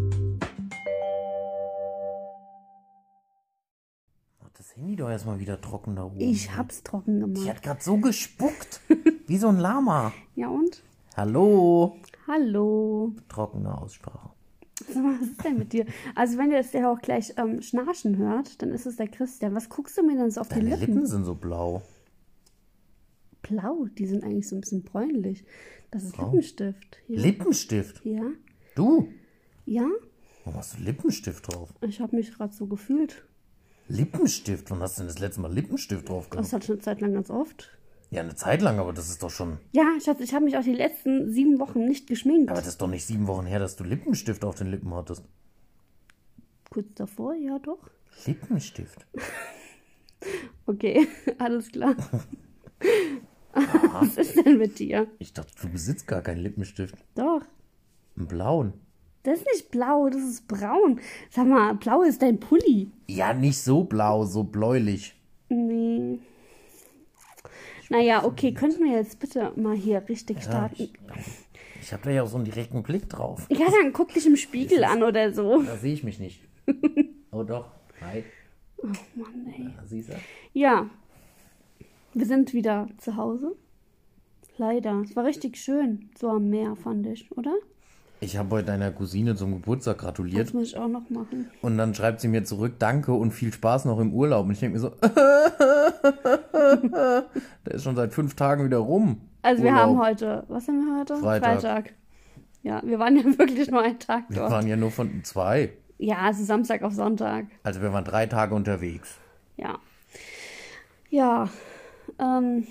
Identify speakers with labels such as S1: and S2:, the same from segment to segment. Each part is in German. S1: Bring die Oh, doch erstmal wieder trocken da oben.
S2: Ich hab's trocken
S1: Die
S2: gemacht.
S1: hat gerade so gespuckt. wie so ein Lama.
S2: Ja und?
S1: Hallo.
S2: Hallo.
S1: Trockene Aussprache.
S2: Sag mal, Was ist denn mit dir? Also wenn ihr das ja auch gleich ähm, schnarchen hört, dann ist es der Christian. Was guckst du mir denn so auf die
S1: Deine
S2: Lippen?
S1: Lippen sind so blau.
S2: Blau, die sind eigentlich so ein bisschen bräunlich. Das ist Lippenstift. Ja.
S1: Lippenstift.
S2: ja.
S1: Du.
S2: Ja,
S1: Warum hast du Lippenstift drauf?
S2: ich habe mich gerade so gefühlt.
S1: Lippenstift? Wann hast du denn das letzte Mal Lippenstift drauf gehabt?
S2: Das hatte ich eine Zeit lang ganz oft.
S1: Ja, eine Zeit lang, aber das ist doch schon.
S2: Ja, Schatz, ich habe mich auch die letzten sieben Wochen nicht geschminkt.
S1: Aber das ist doch nicht sieben Wochen her, dass du Lippenstift auf den Lippen hattest.
S2: Kurz davor, ja doch.
S1: Lippenstift.
S2: Okay, alles klar. Was ist denn mit dir?
S1: Ich dachte, du besitzt gar keinen Lippenstift.
S2: Doch.
S1: Einen blauen.
S2: Das ist nicht blau, das ist braun. Sag mal, blau ist dein Pulli.
S1: Ja, nicht so blau, so bläulich.
S2: Nee. Naja, okay, könnten wir jetzt bitte mal hier richtig
S1: Ja,
S2: starten?
S1: ich ich habe da ja auch so einen direkten Blick drauf.
S2: Ja, dann guck dich im Spiegel an oder so.
S1: Da sehe ich mich nicht. Oh doch. Hi.
S2: Oh, Mann, ey.
S1: Da siehst du.
S2: Ja. Wir sind wieder zu Hause. Leider. Es war richtig schön. So am Meer, fand ich, oder?
S1: Ich habe heute deiner Cousine zum Geburtstag
S2: Das
S1: gratuliert
S2: muss ich auch noch machen.
S1: und dann schreibt sie mir zurück, danke und viel Spaß noch im Urlaub. Und ich denke mir so, der ist schon seit fünf Tagen wieder rum.
S2: Also wir
S1: Urlaub.
S2: haben heute, was haben wir heute?
S1: Freitag.
S2: Freitag. Ja, wir waren ja wirklich nur einen Tag
S1: Wir
S2: dort.
S1: waren ja nur von zwei.
S2: Ja, es ist Samstag auf Sonntag.
S1: Also wir waren drei Tage unterwegs.
S2: Ja. Ja. Ähm,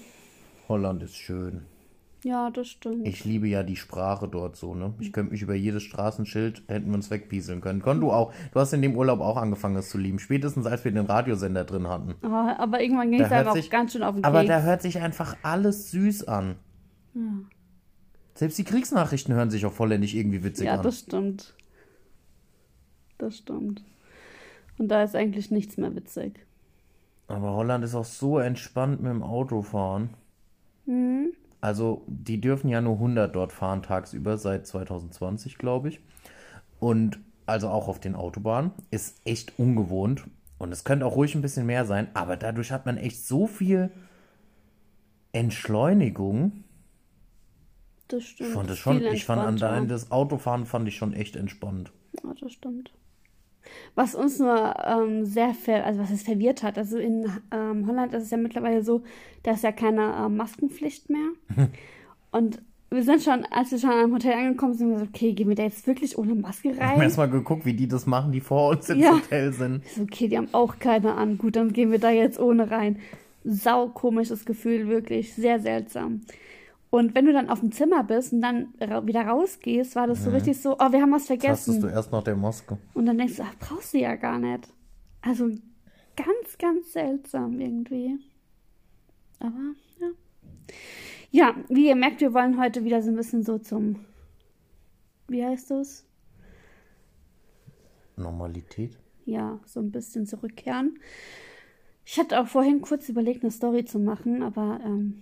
S1: Holland ist schön.
S2: ja, das stimmt.
S1: Ich liebe ja die Sprache dort so, ne? Ich könnte mich über jedes Straßenschild, hätten wir uns wegpieseln können. Konnt du auch. Du hast in dem Urlaub auch angefangen, es zu lieben. Spätestens, als wir den Radiosender drin hatten.
S2: aber, aber irgendwann ging es
S1: Da hört
S2: einem auch
S1: sich-
S2: ganz schön auf den
S1: Aber
S2: Keks.
S1: da hört sich einfach alles süß an. Selbst die Kriegsnachrichten hören sich auf Holländisch irgendwie witzig
S2: Ja,
S1: an.
S2: das stimmt. Das stimmt. Und da ist eigentlich nichts mehr witzig.
S1: Aber Holland ist auch so entspannt mit dem Autofahren.
S2: Mhm.
S1: Also, die dürfen ja nur 100 dort fahren tagsüber seit 2020, glaube ich. Und also auch auf den Autobahnen. Ist echt ungewohnt. Und es könnte auch ruhig ein bisschen mehr sein. Aber dadurch hat man echt so viel Entschleunigung.
S2: Das stimmt.
S1: Ich fand es schon,
S2: Viel
S1: ich fand an
S2: entspannter.
S1: deinem das Autofahren fand ich schon echt entspannt.
S2: Ja, das stimmt. Was uns nur ähm, sehr ver also was es verwirrt hat, also in ähm, Holland ist es ja mittlerweile so, da ist ja keine ähm, Maskenpflicht mehr. Und wir sind schon, als wir schon am Hotel angekommen sind, wir so, okay, gehen wir da jetzt wirklich ohne Maske
S1: Wir haben
S2: rein?
S1: erstmal geguckt, wie die das machen, die vor uns im
S2: Ja.
S1: Hotel sind.
S2: Ich so, okay, die haben auch keine an. Gut, dann gehen wir da jetzt ohne rein. Sau komisches Gefühl, wirklich. Sehr seltsam. Und wenn du dann auf dem Zimmer bist und dann ra wieder rausgehst, war das so richtig so, oh, wir haben was
S1: Tastest
S2: vergessen.
S1: du erst nach der Maske.
S2: Und dann denkst du, ach, brauchst du ja gar nicht. Also ganz, ganz seltsam irgendwie. Aber ja. Ja, wie ihr merkt, wir wollen heute wieder so ein bisschen so zum. Wie heißt das?
S1: Normalität.
S2: Ja, so ein bisschen zurückkehren. Ich hatte auch vorhin kurz überlegt, eine Story zu machen, aber ähm,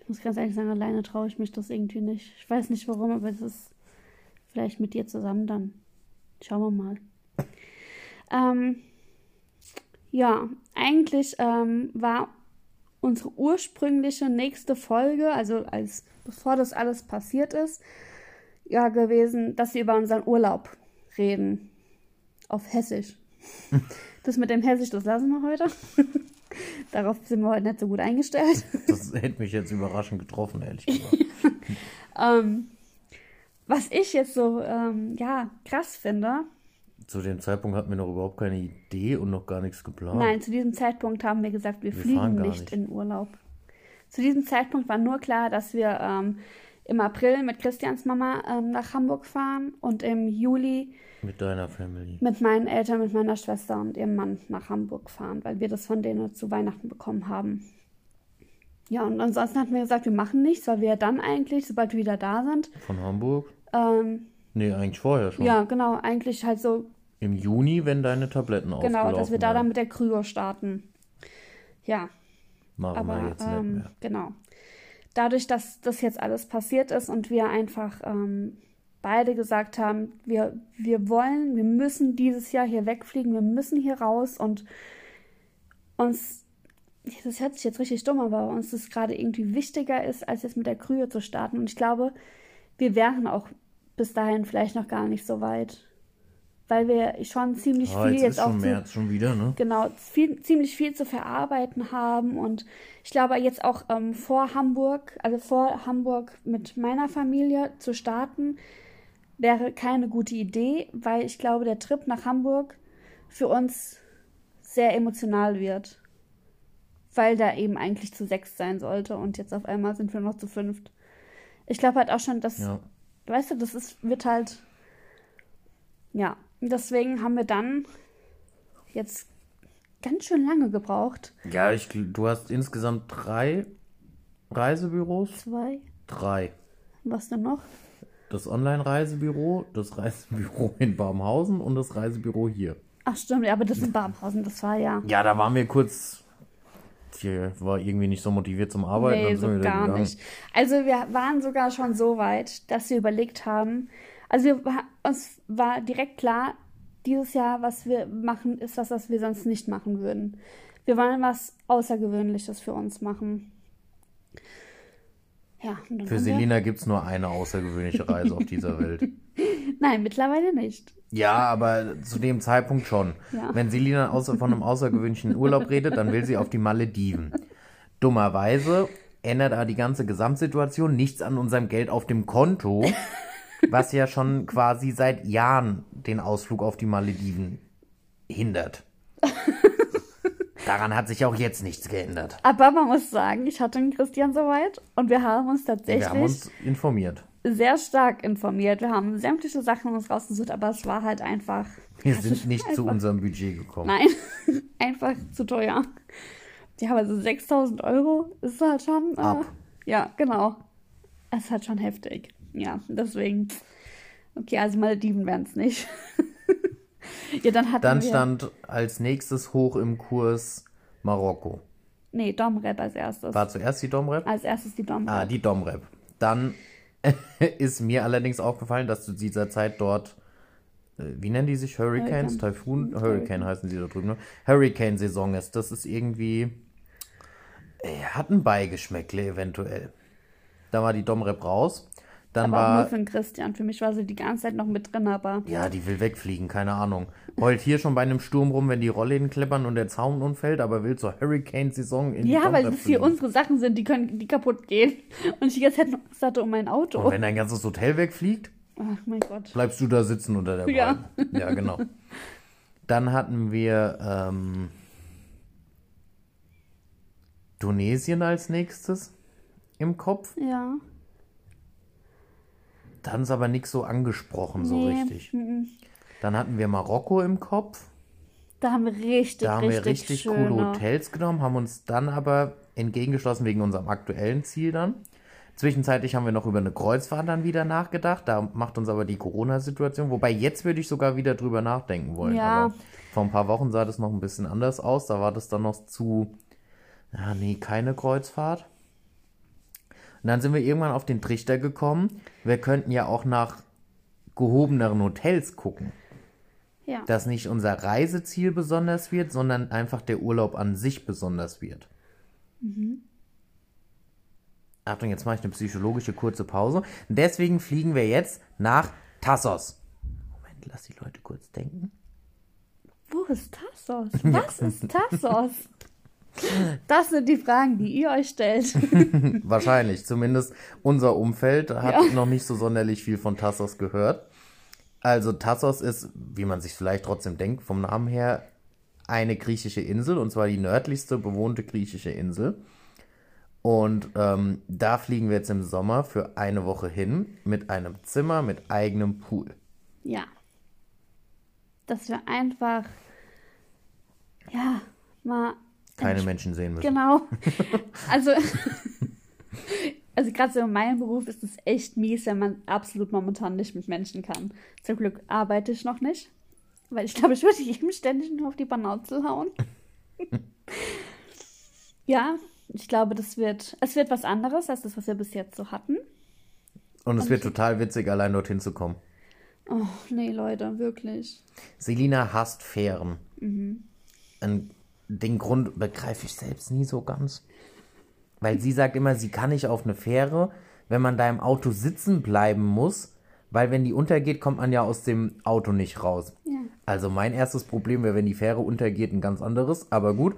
S2: ich muss ganz ehrlich sagen, alleine traue ich mich das irgendwie nicht. Ich weiß nicht warum, aber es ist vielleicht mit dir zusammen dann. Schauen wir mal. Ähm, ja, eigentlich ähm, war unsere ursprüngliche nächste Folge, also als bevor das alles passiert ist, ja gewesen, dass wir über unseren Urlaub reden. Auf Hessisch. Das mit dem Hessisch, das lassen wir heute. Darauf sind wir heute nicht so gut eingestellt.
S1: Das hätte mich jetzt überraschend getroffen, ehrlich gesagt.
S2: Ähm, was ich jetzt so ähm, ja, krass finde,
S1: Zu dem Zeitpunkt hatten wir noch überhaupt keine Idee und noch gar nichts geplant.
S2: Nein, zu diesem Zeitpunkt haben wir gesagt, wir, fliegen
S1: Oh. fahren gar
S2: nicht,
S1: nicht.
S2: in Urlaub. Zu diesem Zeitpunkt war nur klar, dass wir ähm, im April mit Christians Mama ähm, nach Hamburg fahren und im Juli
S1: Mit deiner Family.
S2: mit meinen Eltern, mit meiner Schwester und ihrem Mann nach Hamburg fahren, weil wir das von denen zu Weihnachten bekommen haben. Ja, und ansonsten hatten wir gesagt, wir machen nichts, weil wir ja dann eigentlich, sobald wir wieder da sind,
S1: Von Hamburg?
S2: ähm,
S1: Nee, eigentlich vorher schon.
S2: ja, genau, eigentlich halt so
S1: Im Juni, wenn deine Tabletten
S2: Genau,
S1: ausgelaufen
S2: dass wir da dann
S1: wären.
S2: mit der Kryo starten. Ja,
S1: Machen wir
S2: aber
S1: jetzt nicht
S2: ähm,
S1: mehr.
S2: genau. Dadurch, dass das jetzt alles passiert ist und wir einfach ähm, beide gesagt haben, wir, wir wollen, wir müssen dieses Jahr hier wegfliegen, wir müssen hier raus und uns, das hört sich jetzt richtig dumm, aber uns das gerade irgendwie wichtiger ist, als jetzt mit der Krühe zu starten. Und ich glaube, wir wären auch bis dahin vielleicht noch gar nicht so weit. Weil wir schon ziemlich
S1: Ah,
S2: viel
S1: jetzt
S2: jetzt,
S1: ist
S2: auch
S1: schon
S2: zu-
S1: März schon wieder, ne?
S2: genau, viel, ziemlich viel zu verarbeiten haben. Und ich glaube, jetzt auch ähm, vor Hamburg, also vor Hamburg mit meiner Familie zu starten, wäre keine gute Idee, weil ich glaube, der Trip nach Hamburg für uns sehr emotional wird. Weil da eben eigentlich zu sechs sein sollte und jetzt auf einmal sind wir noch zu fünft. Ich glaube halt auch schon, dass
S1: Ja.
S2: weißt du, das ist, wird halt, ja, deswegen haben wir dann jetzt ganz schön lange gebraucht.
S1: Ja, ich, gl- du hast insgesamt drei Reisebüros.
S2: Zwei,
S1: Drei.
S2: was denn noch?
S1: Das Online-Reisebüro, das Reisebüro in Barmhausen und das Reisebüro hier.
S2: Ach stimmt, ja, aber das in Barmhausen, das war ja,
S1: Ja, da waren wir kurz. Ich äh, war irgendwie nicht so motiviert zum Arbeiten.
S2: nee,
S1: dann sind
S2: so
S1: wir wieder
S2: gar
S1: gegangen.
S2: nicht. Also wir waren sogar schon so weit, dass wir überlegt haben, also wir, wa- uns war direkt klar, dieses Jahr, was wir machen, ist was, was wir sonst nicht machen würden. Wir wollen was Außergewöhnliches für uns machen. Ja, und dann
S1: Für
S2: haben wir-
S1: Selina gibt es nur eine außergewöhnliche Reise auf dieser Welt.
S2: Nein, mittlerweile nicht.
S1: Ja, aber zu dem Zeitpunkt schon.
S2: Ja.
S1: Wenn Selina außer von einem außergewöhnlichen Urlaub redet, dann will sie auf die Malediven. Dummerweise ändert aber die ganze Gesamtsituation nichts an unserem Geld auf dem Konto, was ja schon quasi seit Jahren den Ausflug auf die Malediven hindert. Daran hat sich auch jetzt nichts geändert.
S2: Aber man muss sagen, ich hatte den Christian soweit und wir haben uns tatsächlich
S1: Wir haben uns informiert.
S2: sehr stark informiert. Wir haben sämtliche Sachen uns rausgesucht, aber es war halt einfach,
S1: Wir sind nicht zu unserem Budget gekommen.
S2: nein, einfach zu teuer. Ja, aber so 6000 Euro ist halt schon, äh,
S1: Ab.
S2: ja, genau. Es ist halt schon heftig. Ja, deswegen. Okay, also Malediven wären es nicht. ja, dann hatten
S1: Dann
S2: wir.
S1: stand als nächstes hoch im Kurs Marokko.
S2: nee, Domrep als erstes.
S1: War zuerst die Domrep?
S2: Als erstes die Domrep.
S1: Ah, die Domrep. Dann ist mir allerdings aufgefallen, dass zu dieser Zeit dort, äh, wie nennen die sich? Hurricanes?
S2: Hurrikan.
S1: Taifun? Hurricane,
S2: Hurrikan.
S1: heißen sie da drüben. Ne? Hurricane-Saison ist. Das ist irgendwie. Äh, hat ein Beigeschmäckle eventuell. Da war die Domrep raus. Dann
S2: aber auch
S1: war.
S2: nur für den Christian. Für mich war sie die ganze Zeit noch mit drin, aber.
S1: Ja, die will wegfliegen, keine Ahnung. Heult hier schon bei einem Sturm rum, wenn die Rollläden kleppern und der Zaun umfällt, aber will zur Hurricane-Saison in die
S2: Ja, weil
S1: Domrep
S2: das hier
S1: fliegen.
S2: unsere Sachen sind, die können die kaputt gehen. Und ich jetzt hätte noch Angst hatte um mein
S1: Und
S2: Auto.
S1: wenn dein ganzes Hotel wegfliegt,
S2: Ach mein Gott.
S1: bleibst du da sitzen unter der Palme.
S2: Ja.
S1: Ja, genau. Dann hatten wir ähm, Tunesien als nächstes im Kopf.
S2: Ja.
S1: Dann ist aber nichts so angesprochen, so
S2: Nee,
S1: richtig. Dann hatten wir Marokko im Kopf.
S2: Da haben wir richtig,
S1: Da haben
S2: richtig,
S1: wir richtig
S2: schöne.
S1: coole Hotels genommen, haben uns dann aber entgegengeschlossen wegen unserem aktuellen Ziel dann. Zwischenzeitlich haben wir noch über eine Kreuzfahrt dann wieder nachgedacht. Da macht uns aber die Corona-Situation. Wobei jetzt würde ich sogar wieder drüber nachdenken wollen.
S2: Ja.
S1: Aber vor ein paar Wochen sah das noch ein bisschen anders aus. Da war das dann noch zu, ja, nee, keine Kreuzfahrt. Und dann sind wir irgendwann auf den Trichter gekommen. Wir könnten ja auch nach gehobeneren Hotels gucken
S2: Ja.
S1: dass nicht unser Reiseziel besonders wird, sondern einfach der Urlaub an sich besonders wird. Achtung, jetzt mache ich eine psychologische kurze Pause. Deswegen fliegen wir jetzt nach Tassos. Moment, lass die Leute kurz denken.
S2: Wo ist Tassos? Was ist Tassos? Das sind die Fragen, die ihr euch stellt.
S1: Wahrscheinlich, zumindest unser Umfeld hat noch nicht so sonderlich viel von Tassos gehört. Also Tassos ist, wie man sich vielleicht trotzdem denkt, vom Namen her eine griechische Insel und zwar die nördlichste bewohnte griechische Insel. Und ähm, da fliegen wir jetzt im Sommer für eine Woche hin mit einem Zimmer mit eigenem Pool.
S2: Ja. Dass wir einfach, ja, mal
S1: Keine Menschen sehen müssen.
S2: Genau. Also, also gerade so in meinem Beruf ist es echt mies, wenn man absolut momentan nicht mit Menschen kann. Zum Glück arbeite ich noch nicht, weil ich glaube, ich würde jedem ständig nur auf die Banauzel hauen. ja, ich glaube, das wird, es wird was anderes als das, was wir bis jetzt so hatten.
S1: Und es wird total witzig, allein dorthin zu kommen.
S2: Oh, nee, Leute, wirklich. Mhm.
S1: Selina hasst Fähren. Ein den Grund begreife ich selbst nie so ganz. Weil sie sagt immer, sie kann nicht auf eine Fähre, wenn man da im Auto sitzen bleiben muss, weil wenn die untergeht, kommt man ja aus dem Auto nicht raus.
S2: Ja.
S1: Also mein erstes Problem wäre, wenn die Fähre untergeht, ein ganz anderes, aber gut.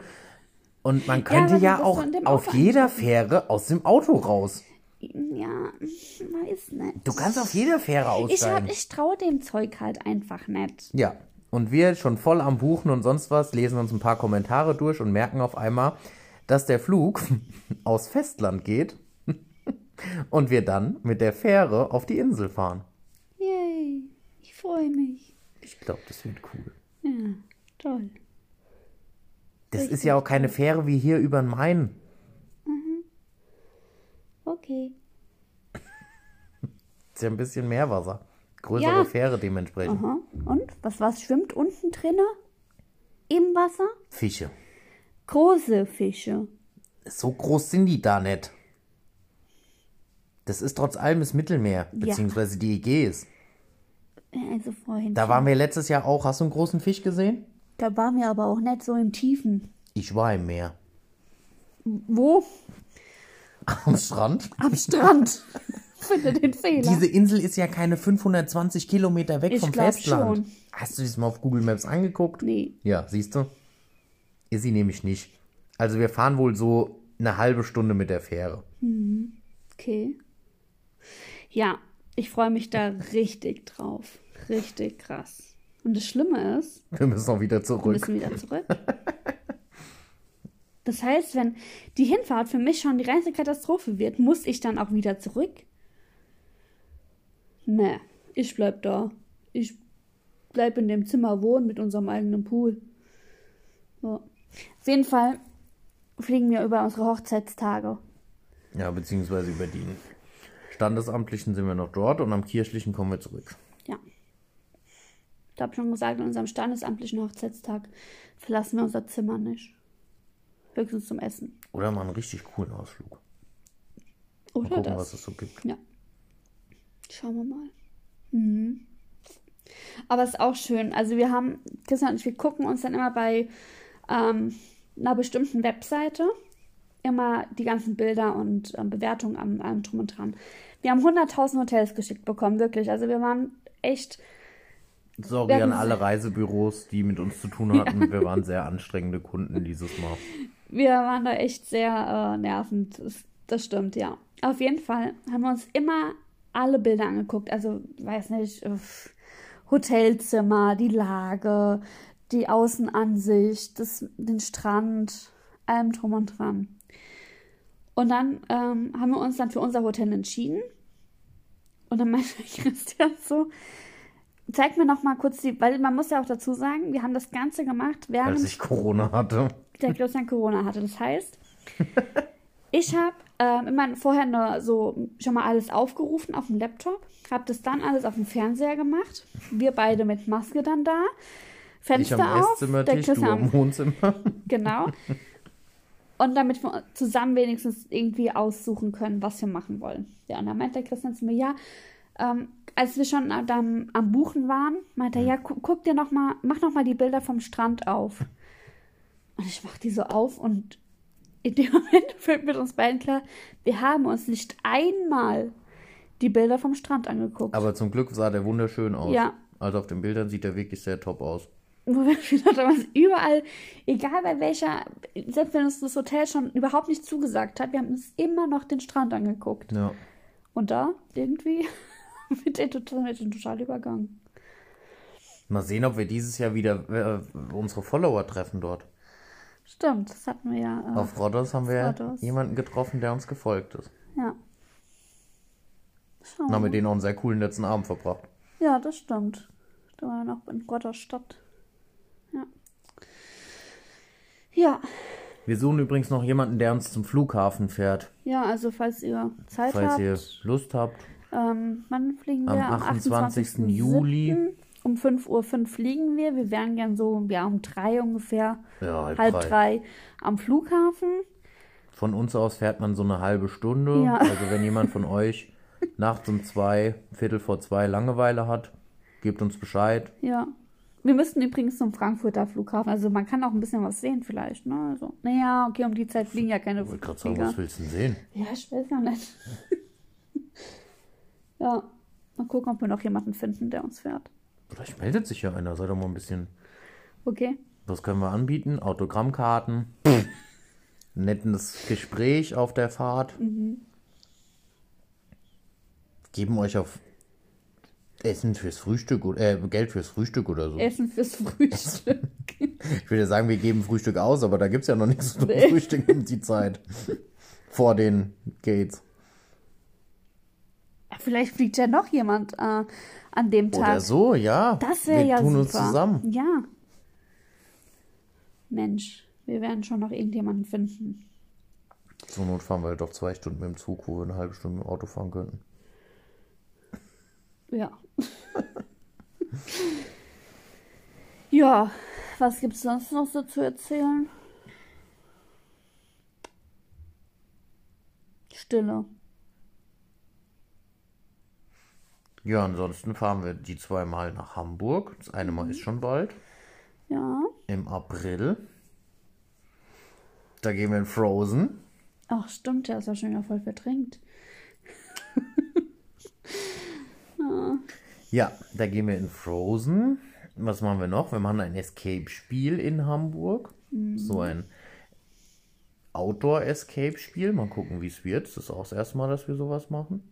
S1: Und man könnte
S2: aber
S1: ja,
S2: du bist
S1: auch
S2: doch in dem
S1: auf
S2: Auto
S1: jeder Fähre aus dem Auto raus.
S2: Ja, ich weiß nicht.
S1: Du kannst auf jeder Fähre
S2: Ich,
S1: aussteigen.
S2: hab- ich traue dem Zeug halt einfach nicht.
S1: Ja. Und wir schon voll am Buchen und sonst was, lesen uns ein paar Kommentare durch und merken auf einmal, dass der Flug aus Festland geht und wir dann mit der Fähre auf die Insel fahren.
S2: Yay, ich freue mich.
S1: Ich glaube, das wird cool.
S2: Ja, toll.
S1: Das ist ja auch keine Fähre wie hier über den Main.
S2: Okay.
S1: Ist ja ein bisschen mehr Wasser. Größere
S2: Ja.
S1: Fähre dementsprechend.
S2: Aha. Und was was schwimmt unten drinne? Im Wasser?
S1: Fische.
S2: Große Fische.
S1: So groß sind die da nicht. Das ist trotz allem das Mittelmeer, beziehungsweise die Ägäis.
S2: Also vorhin.
S1: Da waren wir letztes Jahr auch. Hast du einen großen Fisch gesehen?
S2: da waren wir aber auch nicht so im Tiefen.
S1: Ich war im Meer.
S2: Wo?
S1: Am Strand.
S2: Am Strand. Finde den Fehler.
S1: Diese Insel ist ja keine 520 Kilometer weg
S2: Ich
S1: vom
S2: glaub
S1: Festland.
S2: schon.
S1: Hast du das mal auf Google Maps angeguckt?
S2: nee.
S1: Ja, siehst du? Ist sie nämlich nicht. Also wir fahren wohl so eine halbe Stunde mit der Fähre.
S2: Okay. Ja, ich freue mich da richtig drauf. Richtig krass. Und das Schlimme ist,
S1: Wir müssen auch wieder
S2: Wir
S1: zurück.
S2: müssen wieder zurück. Das heißt, wenn die Hinfahrt für mich schon die reinste Katastrophe wird, muss ich dann auch wieder zurück? Nee, ich bleib da. Ich bleib in dem Zimmer wohnen mit unserem eigenen Pool. So. Auf jeden Fall fliegen wir über unsere Hochzeitstage.
S1: Ja, beziehungsweise über die Standesamtlichen sind wir noch dort und am kirchlichen kommen wir zurück.
S2: Ja. Ich habe schon gesagt, an unserem standesamtlichen Hochzeitstag verlassen wir unser Zimmer nicht. Höchstens zum Essen.
S1: Oder mal einen richtig coolen Ausflug.
S2: Oder
S1: Mal gucken,
S2: das.
S1: was es so gibt.
S2: Ja. Schauen wir mal. Mhm. Aber ist auch schön. Also wir haben, Christian und ich, wir gucken uns dann immer bei ähm, einer bestimmten Webseite immer die ganzen Bilder und ähm, Bewertungen am, allem drum und dran. Wir haben 100.000 Hotels geschickt bekommen, wirklich. Also wir waren echt,
S1: Sorry an
S2: Werden Sie-
S1: alle Reisebüros, die mit uns zu tun hatten. Wir waren sehr anstrengende Kunden dieses Mal.
S2: wir waren da echt sehr äh, nervend. Das, das stimmt, ja. Auf jeden Fall haben wir uns immer alle Bilder angeguckt. Also, weiß nicht, uff, Hotelzimmer, die Lage, die Außenansicht, das, den Strand, allem drum und dran. Und dann ähm, haben wir uns dann für unser Hotel entschieden. Und dann meinte Christian so, zeig mir noch mal kurz die, weil man muss ja auch dazu sagen, wir haben das Ganze gemacht während
S1: Als ich Corona hatte.
S2: der Christian Corona hatte. Das heißt, ich habe ähm, immer vorher nur so schon mal alles aufgerufen auf dem Laptop, habe das dann alles auf dem Fernseher gemacht. Wir beide mit Maske dann da.
S1: Ich
S2: Fenster
S1: am
S2: auf, der
S1: Esszimmertisch, du
S2: Christian
S1: am Wohnzimmer.
S2: Genau. Und damit wir zusammen wenigstens irgendwie aussuchen können, was wir machen wollen. Ja, und dann meinte der Christian zu mir, ja, ähm, als wir schon am, am Buchen waren, meinte er, ja, gu guck dir noch mal, mach noch mal die Bilder vom Strand auf. Und ich mach die so auf und in dem Moment wird mit uns beiden klar, wir haben uns nicht einmal die Bilder vom Strand angeguckt.
S1: Aber zum Glück sah der wunderschön aus.
S2: Ja.
S1: Also auf den Bildern sieht er wirklich sehr top aus.
S2: wo wir wieder damals überall, egal bei welcher, selbst wenn uns das Hotel schon überhaupt nicht zugesagt hat, wir haben uns immer noch den Strand angeguckt.
S1: Ja.
S2: Und da irgendwie mit dem Total- mit dem Totalübergang.
S1: Mal sehen, ob wir dieses Jahr wieder äh, unsere Follower treffen dort.
S2: Stimmt, das hatten wir ja. Äh,
S1: Auf Rodos haben wir
S2: Rhodos.
S1: jemanden getroffen, der uns gefolgt ist.
S2: ja. Schauen
S1: Und
S2: wir
S1: haben
S2: mal.
S1: mit denen auch einen sehr coolen letzten Abend verbracht.
S2: Ja, das stimmt. Da waren wir noch in Gotterstadt. Ja. Ja,
S1: Wir suchen übrigens noch jemanden, der uns zum Flughafen fährt.
S2: ja, also falls ihr Zeit
S1: Falls
S2: habt.
S1: ihr Lust habt.
S2: Ähm, wann fliegen
S1: Am
S2: wir?
S1: 28. Juli.
S2: Um 5.05 Uhr fliegen wir. Wir wären gern so ja, um drei ungefähr,
S1: Ja, halb,
S2: halb
S1: drei.
S2: drei am Flughafen.
S1: Von uns aus fährt man so eine halbe Stunde.
S2: Ja.
S1: Also wenn jemand von euch nachts um zwei, Viertel vor zwei Langeweile hat, gebt uns Bescheid.
S2: Ja. Wir müssten übrigens zum Frankfurter Flughafen. Also man kann auch ein bisschen was sehen vielleicht. Ne? Also, naja, okay, um die Zeit fliegen ja keine
S1: Ich wollte gerade sagen, was willst du denn sehen?
S2: Ja, ich weiß ja nicht. ja, mal gucken, ob wir noch jemanden finden, der uns fährt.
S1: Vielleicht meldet sich ja einer, sei doch mal ein bisschen.
S2: Okay.
S1: Was können wir anbieten? Autogrammkarten. Nettes Gespräch auf der Fahrt. Geben euch auf Essen fürs Frühstück oder äh, Geld fürs Frühstück oder so.
S2: Essen fürs Frühstück.
S1: Ich würde sagen, wir geben Frühstück aus, aber da gibt es ja noch nichts zum
S2: Nee.
S1: Frühstück um die Zeit. Vor den Gates.
S2: Ja, Vielleicht fliegt ja noch jemand äh, an dem
S1: Oder
S2: Tag.
S1: so, ja.
S2: Das wäre
S1: wir
S2: ja
S1: tun
S2: super.
S1: uns zusammen.
S2: Ja. Mensch, wir werden schon noch irgendjemanden finden.
S1: Zur Not fahren wir halt doch zwei Stunden mit dem Zug, wo wir eine halbe Stunde mit dem Auto fahren könnten.
S2: Ja. ja, was gibt's sonst noch so zu erzählen? Stille.
S1: Ja, ansonsten fahren wir die zweimal nach Hamburg. Das eine Mal ist schon bald.
S2: Ja.
S1: Im April. Da gehen wir in Frozen.
S2: Ach, stimmt, der ist ja schon wieder voll verdrängt.
S1: Ja, da gehen wir in Frozen. Was machen wir noch? Wir machen ein Escape-Spiel in Hamburg. So ein Outdoor-Escape-Spiel. Mal gucken, wie es wird. Das ist auch das erste Mal, dass wir sowas machen.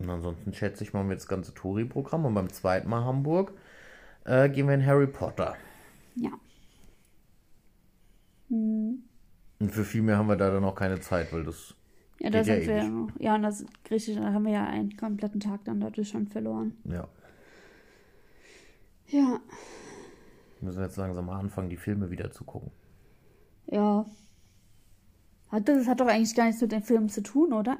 S1: Und ansonsten schätze ich, machen wir das ganze Touri-Programm. Und beim zweiten Mal Hamburg äh, gehen wir in Harry Potter.
S2: Ja.
S1: Und für viel mehr haben wir da dann auch keine Zeit, weil das
S2: Ja, da
S1: Geht ja eh
S2: sind wir ja
S1: ewig.
S2: noch. Ja, und das richtig, da haben wir ja einen kompletten Tag dann dadurch schon verloren.
S1: Ja,
S2: Ja.
S1: müssen wir jetzt langsam mal anfangen, die Filme wieder zu gucken.
S2: Ja. Hat das hat doch eigentlich gar nichts mit den Filmen zu tun, oder?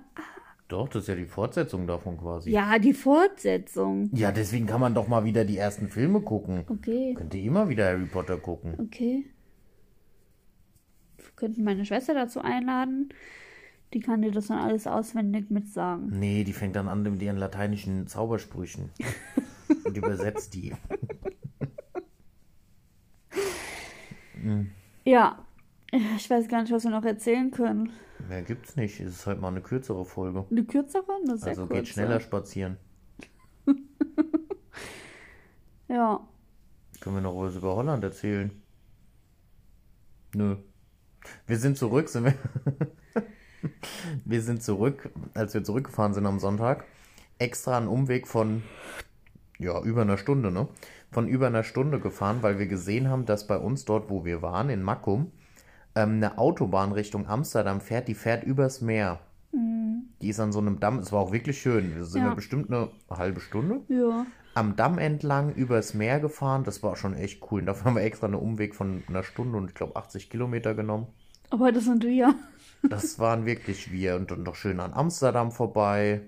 S1: Doch, das ist ja die Fortsetzung davon quasi.
S2: Ja, die Fortsetzung.
S1: Ja, deswegen kann man doch mal wieder die ersten Filme gucken.
S2: Okay,
S1: Könnt ihr immer wieder Harry Potter gucken.
S2: okay. Wir könnten meine Schwester dazu einladen. Die kann dir das dann alles auswendig mitsagen.
S1: Nee, die fängt dann an mit ihren lateinischen Zaubersprüchen. Und übersetzt die.
S2: Ja. Ich weiß gar nicht, was wir noch erzählen können.
S1: Mehr gibt's nicht. Es ist halt mal eine kürzere Folge.
S2: Eine kürzere? Eine sehr
S1: Also
S2: kurze.
S1: geht schneller spazieren.
S2: Ja.
S1: Können wir noch was über Holland erzählen? Nö. Wir sind zurück, sind wir. wir sind zurück, als wir zurückgefahren sind am Sonntag. Extra einen Umweg von, ja, über einer Stunde, ne? Von über einer Stunde gefahren, weil wir gesehen haben, dass bei uns dort, wo wir waren, in Makkum, ähm, eine Autobahn Richtung Amsterdam fährt, die fährt übers Meer. Die ist an so einem Damm, es war auch wirklich schön. Wir sind
S2: Ja.
S1: ja bestimmt eine halbe Stunde
S2: Ja.
S1: am Damm entlang übers Meer gefahren. Das war schon echt cool. Und dafür haben wir extra einen Umweg von einer Stunde und ich glaube 80 Kilometer genommen.
S2: Aber das sind wir.
S1: Das waren wirklich wir. Und dann noch schön an Amsterdam vorbei.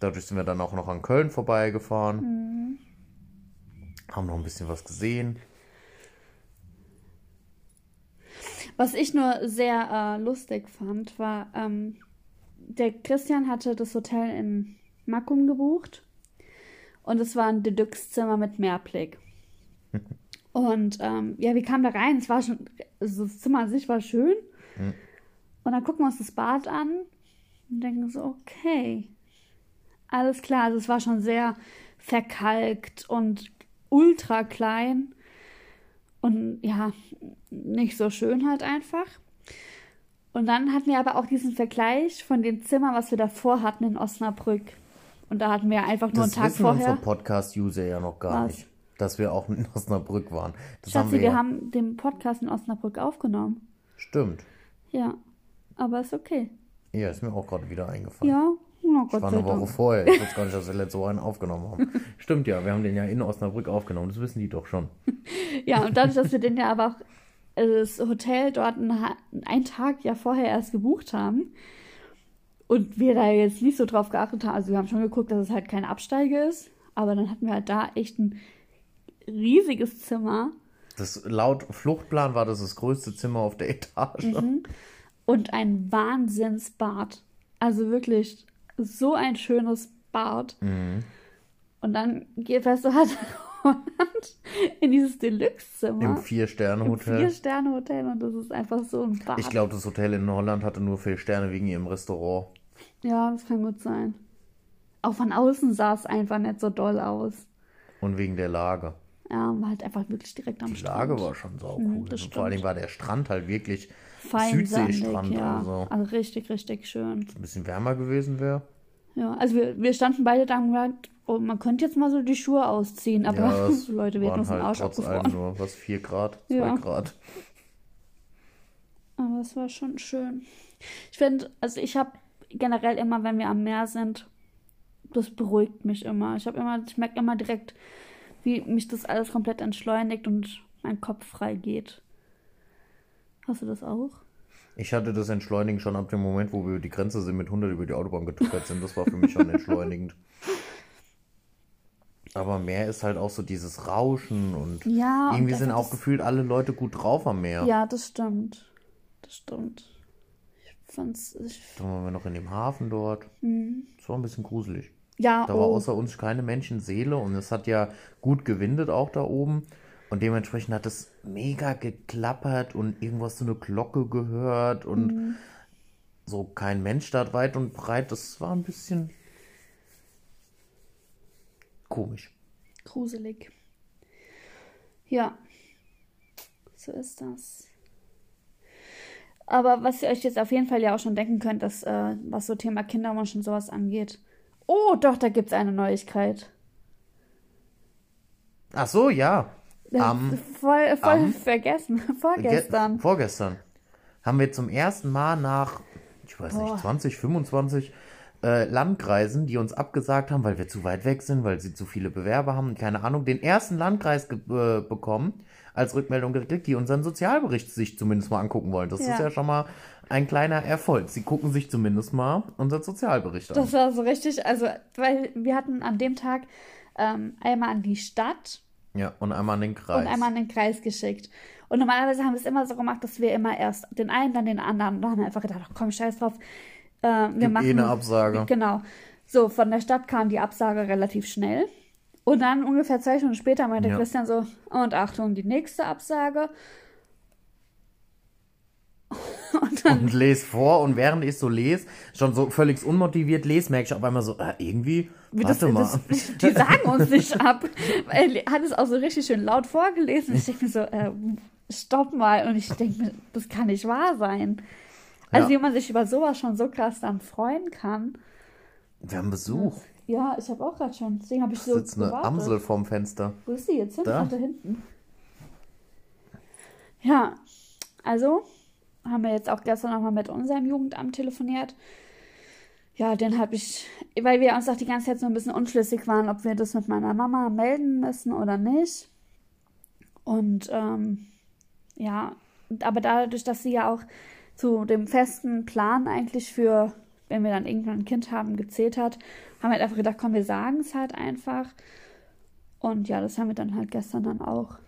S1: Dadurch sind wir dann auch noch an Köln vorbeigefahren.
S2: Mhm.
S1: Haben noch ein bisschen was gesehen.
S2: Was ich nur sehr äh, lustig fand, war, ähm, der Christian hatte das Hotel in Mackum gebucht und es war ein Deluxe-Zimmer mit Meerblick. Und ähm, ja, wir kamen da rein, es war schon, also das Zimmer an sich war schön.
S1: Hm.
S2: Und dann gucken wir uns das Bad an und denken so, okay, alles klar, also es war schon sehr verkalkt und ultra klein. Und ja, nicht so schön halt einfach. Und dann hatten wir aber auch diesen Vergleich von dem Zimmer, was wir davor hatten in Osnabrück. Und da hatten wir einfach nur
S1: Das
S2: einen Tag
S1: wissen
S2: vorher.
S1: unsere Podcast-User ja noch gar
S2: Was?
S1: nicht, dass wir auch in Osnabrück waren. Das haben
S2: Schatzi,
S1: wir,
S2: wir
S1: ja.
S2: haben den Podcast in Osnabrück aufgenommen.
S1: Stimmt.
S2: Ja, aber ist okay.
S1: Ja, ist mir auch gerade wieder eingefallen.
S2: Ja, na Gott
S1: war
S2: sei
S1: eine Woche
S2: Dank.
S1: vorher. Ich wusste gar nicht, dass wir letzte Woche einen aufgenommen haben. Stimmt ja, wir haben den ja in Osnabrück aufgenommen. Das wissen die doch schon.
S2: Ja, und dadurch, dass wir den ja aber auch also das Hotel dort einen, Ha- einen Tag ja vorher erst gebucht haben und wir da jetzt nicht so drauf geachtet haben, also wir haben schon geguckt, dass es halt kein Absteige ist, aber dann hatten wir halt da echt ein riesiges Zimmer
S1: Das laut Fluchtplan war das das größte Zimmer auf der Etage.
S2: und ein Wahnsinnsbad. Also wirklich
S1: Mhm.
S2: so ein schönes Bad. Und dann geht fest, du halt Monat in dieses
S1: Im
S2: Deluxe-Zimmer. Im
S1: Vier-Sterne-Hotel.
S2: Vier-Sterne-Hotel und das ist einfach so ein Bad.
S1: Ich glaube, das Hotel in Holland hatte nur vier Sterne wegen ihrem Restaurant.
S2: Ja, das kann gut sein. Auch von außen sah es einfach nicht so doll aus.
S1: Und wegen der Lage.
S2: Ja, war halt einfach wirklich direkt am
S1: Die Lage
S2: Strand.
S1: war schon sau
S2: Mhm,
S1: cool.
S2: das
S1: Und vor allen Dingen war
S2: stimmt.
S1: der Strand halt wirklich
S2: Fein
S1: Südseestrand.
S2: sandig, ja.
S1: Also
S2: Also richtig, richtig schön.
S1: ein bisschen wärmer gewesen wäre.
S2: Ja, also wir, wir standen beide da und gesagt, oh, man könnte jetzt mal so die Schuhe ausziehen, aber
S1: ja, es
S2: Leute, wir hätten
S1: waren
S2: uns den
S1: halt
S2: Arsch
S1: trotz
S2: abgefroren.
S1: allem nur was 4 Grad, 2
S2: Ja.
S1: Grad.
S2: Aber es war schon schön. Ich finde, also ich habe generell immer, wenn wir am Meer sind, das beruhigt mich immer. Ich habe immer, ich merke immer direkt, wie mich das alles komplett entschleunigt und mein Kopf frei geht. Hast du das auch?
S1: Ich hatte das Entschleunigen schon ab dem Moment, wo wir über die Grenze sind, mit 100 über die Autobahn getuckert sind. Das war für mich schon entschleunigend. Aber Meer ist halt auch so dieses Rauschen und
S2: Ja, und
S1: irgendwie sind
S2: einfach
S1: auch
S2: das-
S1: gefühlt alle Leute gut drauf am Meer.
S2: Ja, das stimmt. Das stimmt. Ich fand's. Ich,
S1: Dann waren wir noch in dem Hafen dort.
S2: Mhm.
S1: Das war ein bisschen gruselig.
S2: ja,
S1: Da war
S2: oh,
S1: außer uns keine Menschenseele und es hat ja gut gewindet auch da oben. Und dementsprechend hat es mega geklappert und irgendwo hast du eine Glocke gehört und so kein Mensch da weit und breit. Das war ein bisschen komisch.
S2: gruselig. Ja. So ist das. Aber was ihr euch jetzt auf jeden Fall ja auch schon denken könnt, dass, äh, was so Thema Kinderwunsch und sowas angeht. Oh, doch, da gibt's eine Neuigkeit.
S1: Ach so, ja.
S2: Ja,
S1: Am-
S2: Äh, voll voll
S1: am-
S2: vergessen.
S1: Ge-
S2: Vorgestern.
S1: vorgestern. Haben wir zum ersten Mal nach, ich weiß
S2: Boah.
S1: nicht, 20, 25 äh, Landkreisen, die uns abgesagt haben, weil wir zu weit weg sind, weil sie zu viele Bewerber haben, und keine Ahnung, den ersten Landkreis ge- äh, bekommen, als Rückmeldung gekriegt, die unseren Sozialbericht sich zumindest mal angucken wollen. Das
S2: Ja.
S1: ist ja schon mal ein kleiner Erfolg. Sie gucken sich zumindest mal unseren Sozialbericht an.
S2: Das war so richtig, also, weil wir hatten an dem Tag ähm, einmal an die Stadt
S1: Ja, und einmal an den Kreis.
S2: und einmal in den Kreis geschickt. Und normalerweise haben wir es immer so gemacht, dass wir immer erst den einen, dann den anderen. Und da haben wir einfach gedacht, ach komm, scheiß drauf. Äh, wir
S1: Gibt
S2: machen
S1: eh eine Absage.
S2: Genau. So, von der Stadt kam die Absage relativ schnell. Und dann ungefähr zwei Stunden später meinte
S1: Ja.
S2: Christian so, und Achtung, die nächste Absage. Und dann,
S1: und lese vor und während ich so lese, schon so völlig unmotiviert lese, merke ich auf einmal so, ah, irgendwie,
S2: wie das,
S1: warte mal.
S2: das, die sagen uns nicht ab. Weil er hat es auch so richtig schön laut vorgelesen. Ich denke mir so, äh, stopp mal. Und ich denke mir, das kann nicht wahr sein. Also
S1: Ja.
S2: wie man sich über sowas schon so krass dann freuen kann.
S1: wir haben Besuch.
S2: Ja, ich habe auch gerade schon. Deswegen habe ich so
S1: sitzt eine
S2: gewartet.
S1: Amsel vorm Fenster.
S2: Wo ist die jetzt hin?
S1: Da.
S2: Ach, da hinten. Ja, also haben wir jetzt auch gestern nochmal mit unserem Jugendamt telefoniert. Ja, den habe ich, weil wir uns auch die ganze Zeit so ein bisschen unschlüssig waren, ob wir das mit meiner Mama melden müssen oder nicht. Und ähm, ja, aber dadurch, dass sie ja auch zu dem festen Plan eigentlich für, wenn wir dann irgendwann ein Kind haben, gezählt hat, haben wir halt einfach gedacht, komm, wir sagen es halt einfach. Und ja, das haben wir dann halt gestern dann auch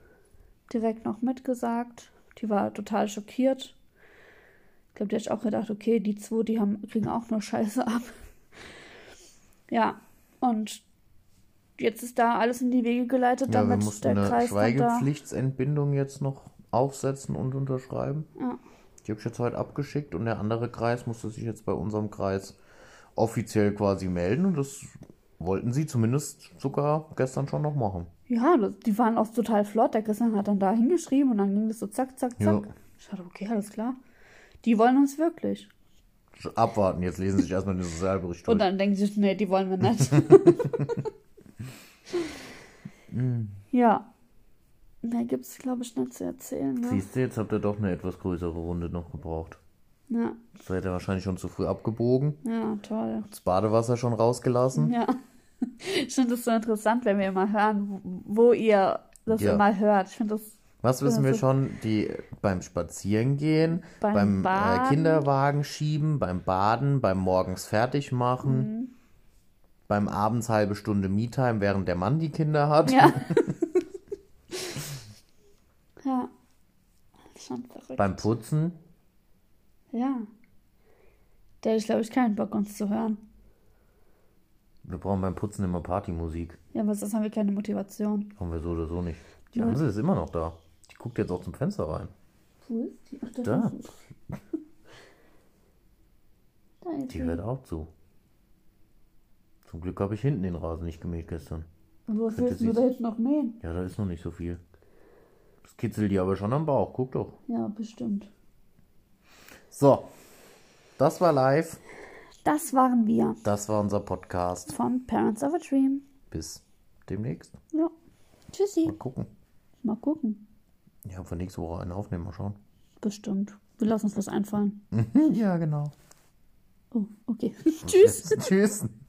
S2: direkt noch mitgesagt. Die war total schockiert. Ich glaube, die hat auch gedacht, okay, die zwei, die haben, kriegen auch nur Scheiße ab. Ja, und jetzt ist da alles in die Wege geleitet,
S1: Ja, wir
S2: damit
S1: mussten
S2: der
S1: eine
S2: Kreis dann da.
S1: Schweigepflichtsentbindung jetzt noch aufsetzen und unterschreiben.
S2: Ja.
S1: Die habe ich jetzt heute abgeschickt und der andere Kreis musste sich jetzt bei unserem Kreis offiziell quasi melden und das wollten sie zumindest sogar gestern schon noch machen.
S2: Ja, das, die waren auch total flott. Der Christian hat dann da hingeschrieben und dann ging das so zack, zack,
S1: Ja.
S2: zack. Ich dachte, okay, alles klar. Die wollen uns wirklich.
S1: Abwarten, jetzt lesen sie sich erstmal den Sozialbericht
S2: Und
S1: durch.
S2: dann denken sie, sich, nee, die wollen wir nicht. ja. Mehr gibt's glaube ich, nicht zu erzählen. Ne?
S1: Siehst du, jetzt habt ihr doch eine etwas größere Runde noch gebraucht.
S2: Ja,
S1: Seid ihr wahrscheinlich schon zu früh abgebogen,
S2: ja, toll.
S1: das Badewasser schon rausgelassen.
S2: Ja. Ich finde das so interessant, wenn wir immer hören, wo- wo ihr das
S1: Ja.
S2: immer hört. Ich finde das
S1: Was wissen wir
S2: Also-
S1: schon? Die beim Spazierengehen,
S2: Beim
S1: beim, äh,
S2: Baden.
S1: Kinderwagen schieben, beim Baden, beim morgens fertig machen,
S2: Mhm.
S1: beim abends halbe Stunde Me-Time, während der Mann die Kinder hat.
S2: Ja. ja. Schon verrückt.
S1: Beim Putzen.
S2: Ja. Da hätte ich, glaube ich, keinen Bock, uns zu hören.
S1: Wir brauchen beim Putzen immer Partymusik.
S3: Ja, aber sonst haben wir keine Motivation.
S1: Haben wir so oder so nicht. Die Amsel ist immer noch da. Die guckt jetzt auch zum Fenster rein.
S2: Wo ist die? Ach, da.
S1: Da.
S2: ist sie. Da ist
S1: Die
S2: sie.
S1: hört auch zu. Zum Glück habe ich hinten den Rasen nicht gemäht gestern.
S3: Und was
S1: Bitte
S3: willst du
S1: sieh's.
S3: da hinten noch mähen?
S1: Ja, da ist noch nicht so viel. Das kitzelt die aber schon am Bauch. Guck doch.
S3: Ja, bestimmt.
S1: So. Das war live.
S2: Das waren wir
S1: Das war unser Podcast.
S2: von Parents of a Dream.
S1: Bis demnächst.
S2: Ja. Tschüssi.
S1: Mal gucken.
S3: Mal gucken.
S1: Ja, für nächste Woche einen aufnehmen. Mal schauen.
S3: Bestimmt. Wir lassen uns was einfallen.
S1: ja, genau.
S3: Oh, okay. Tschüss.
S1: Tschüss.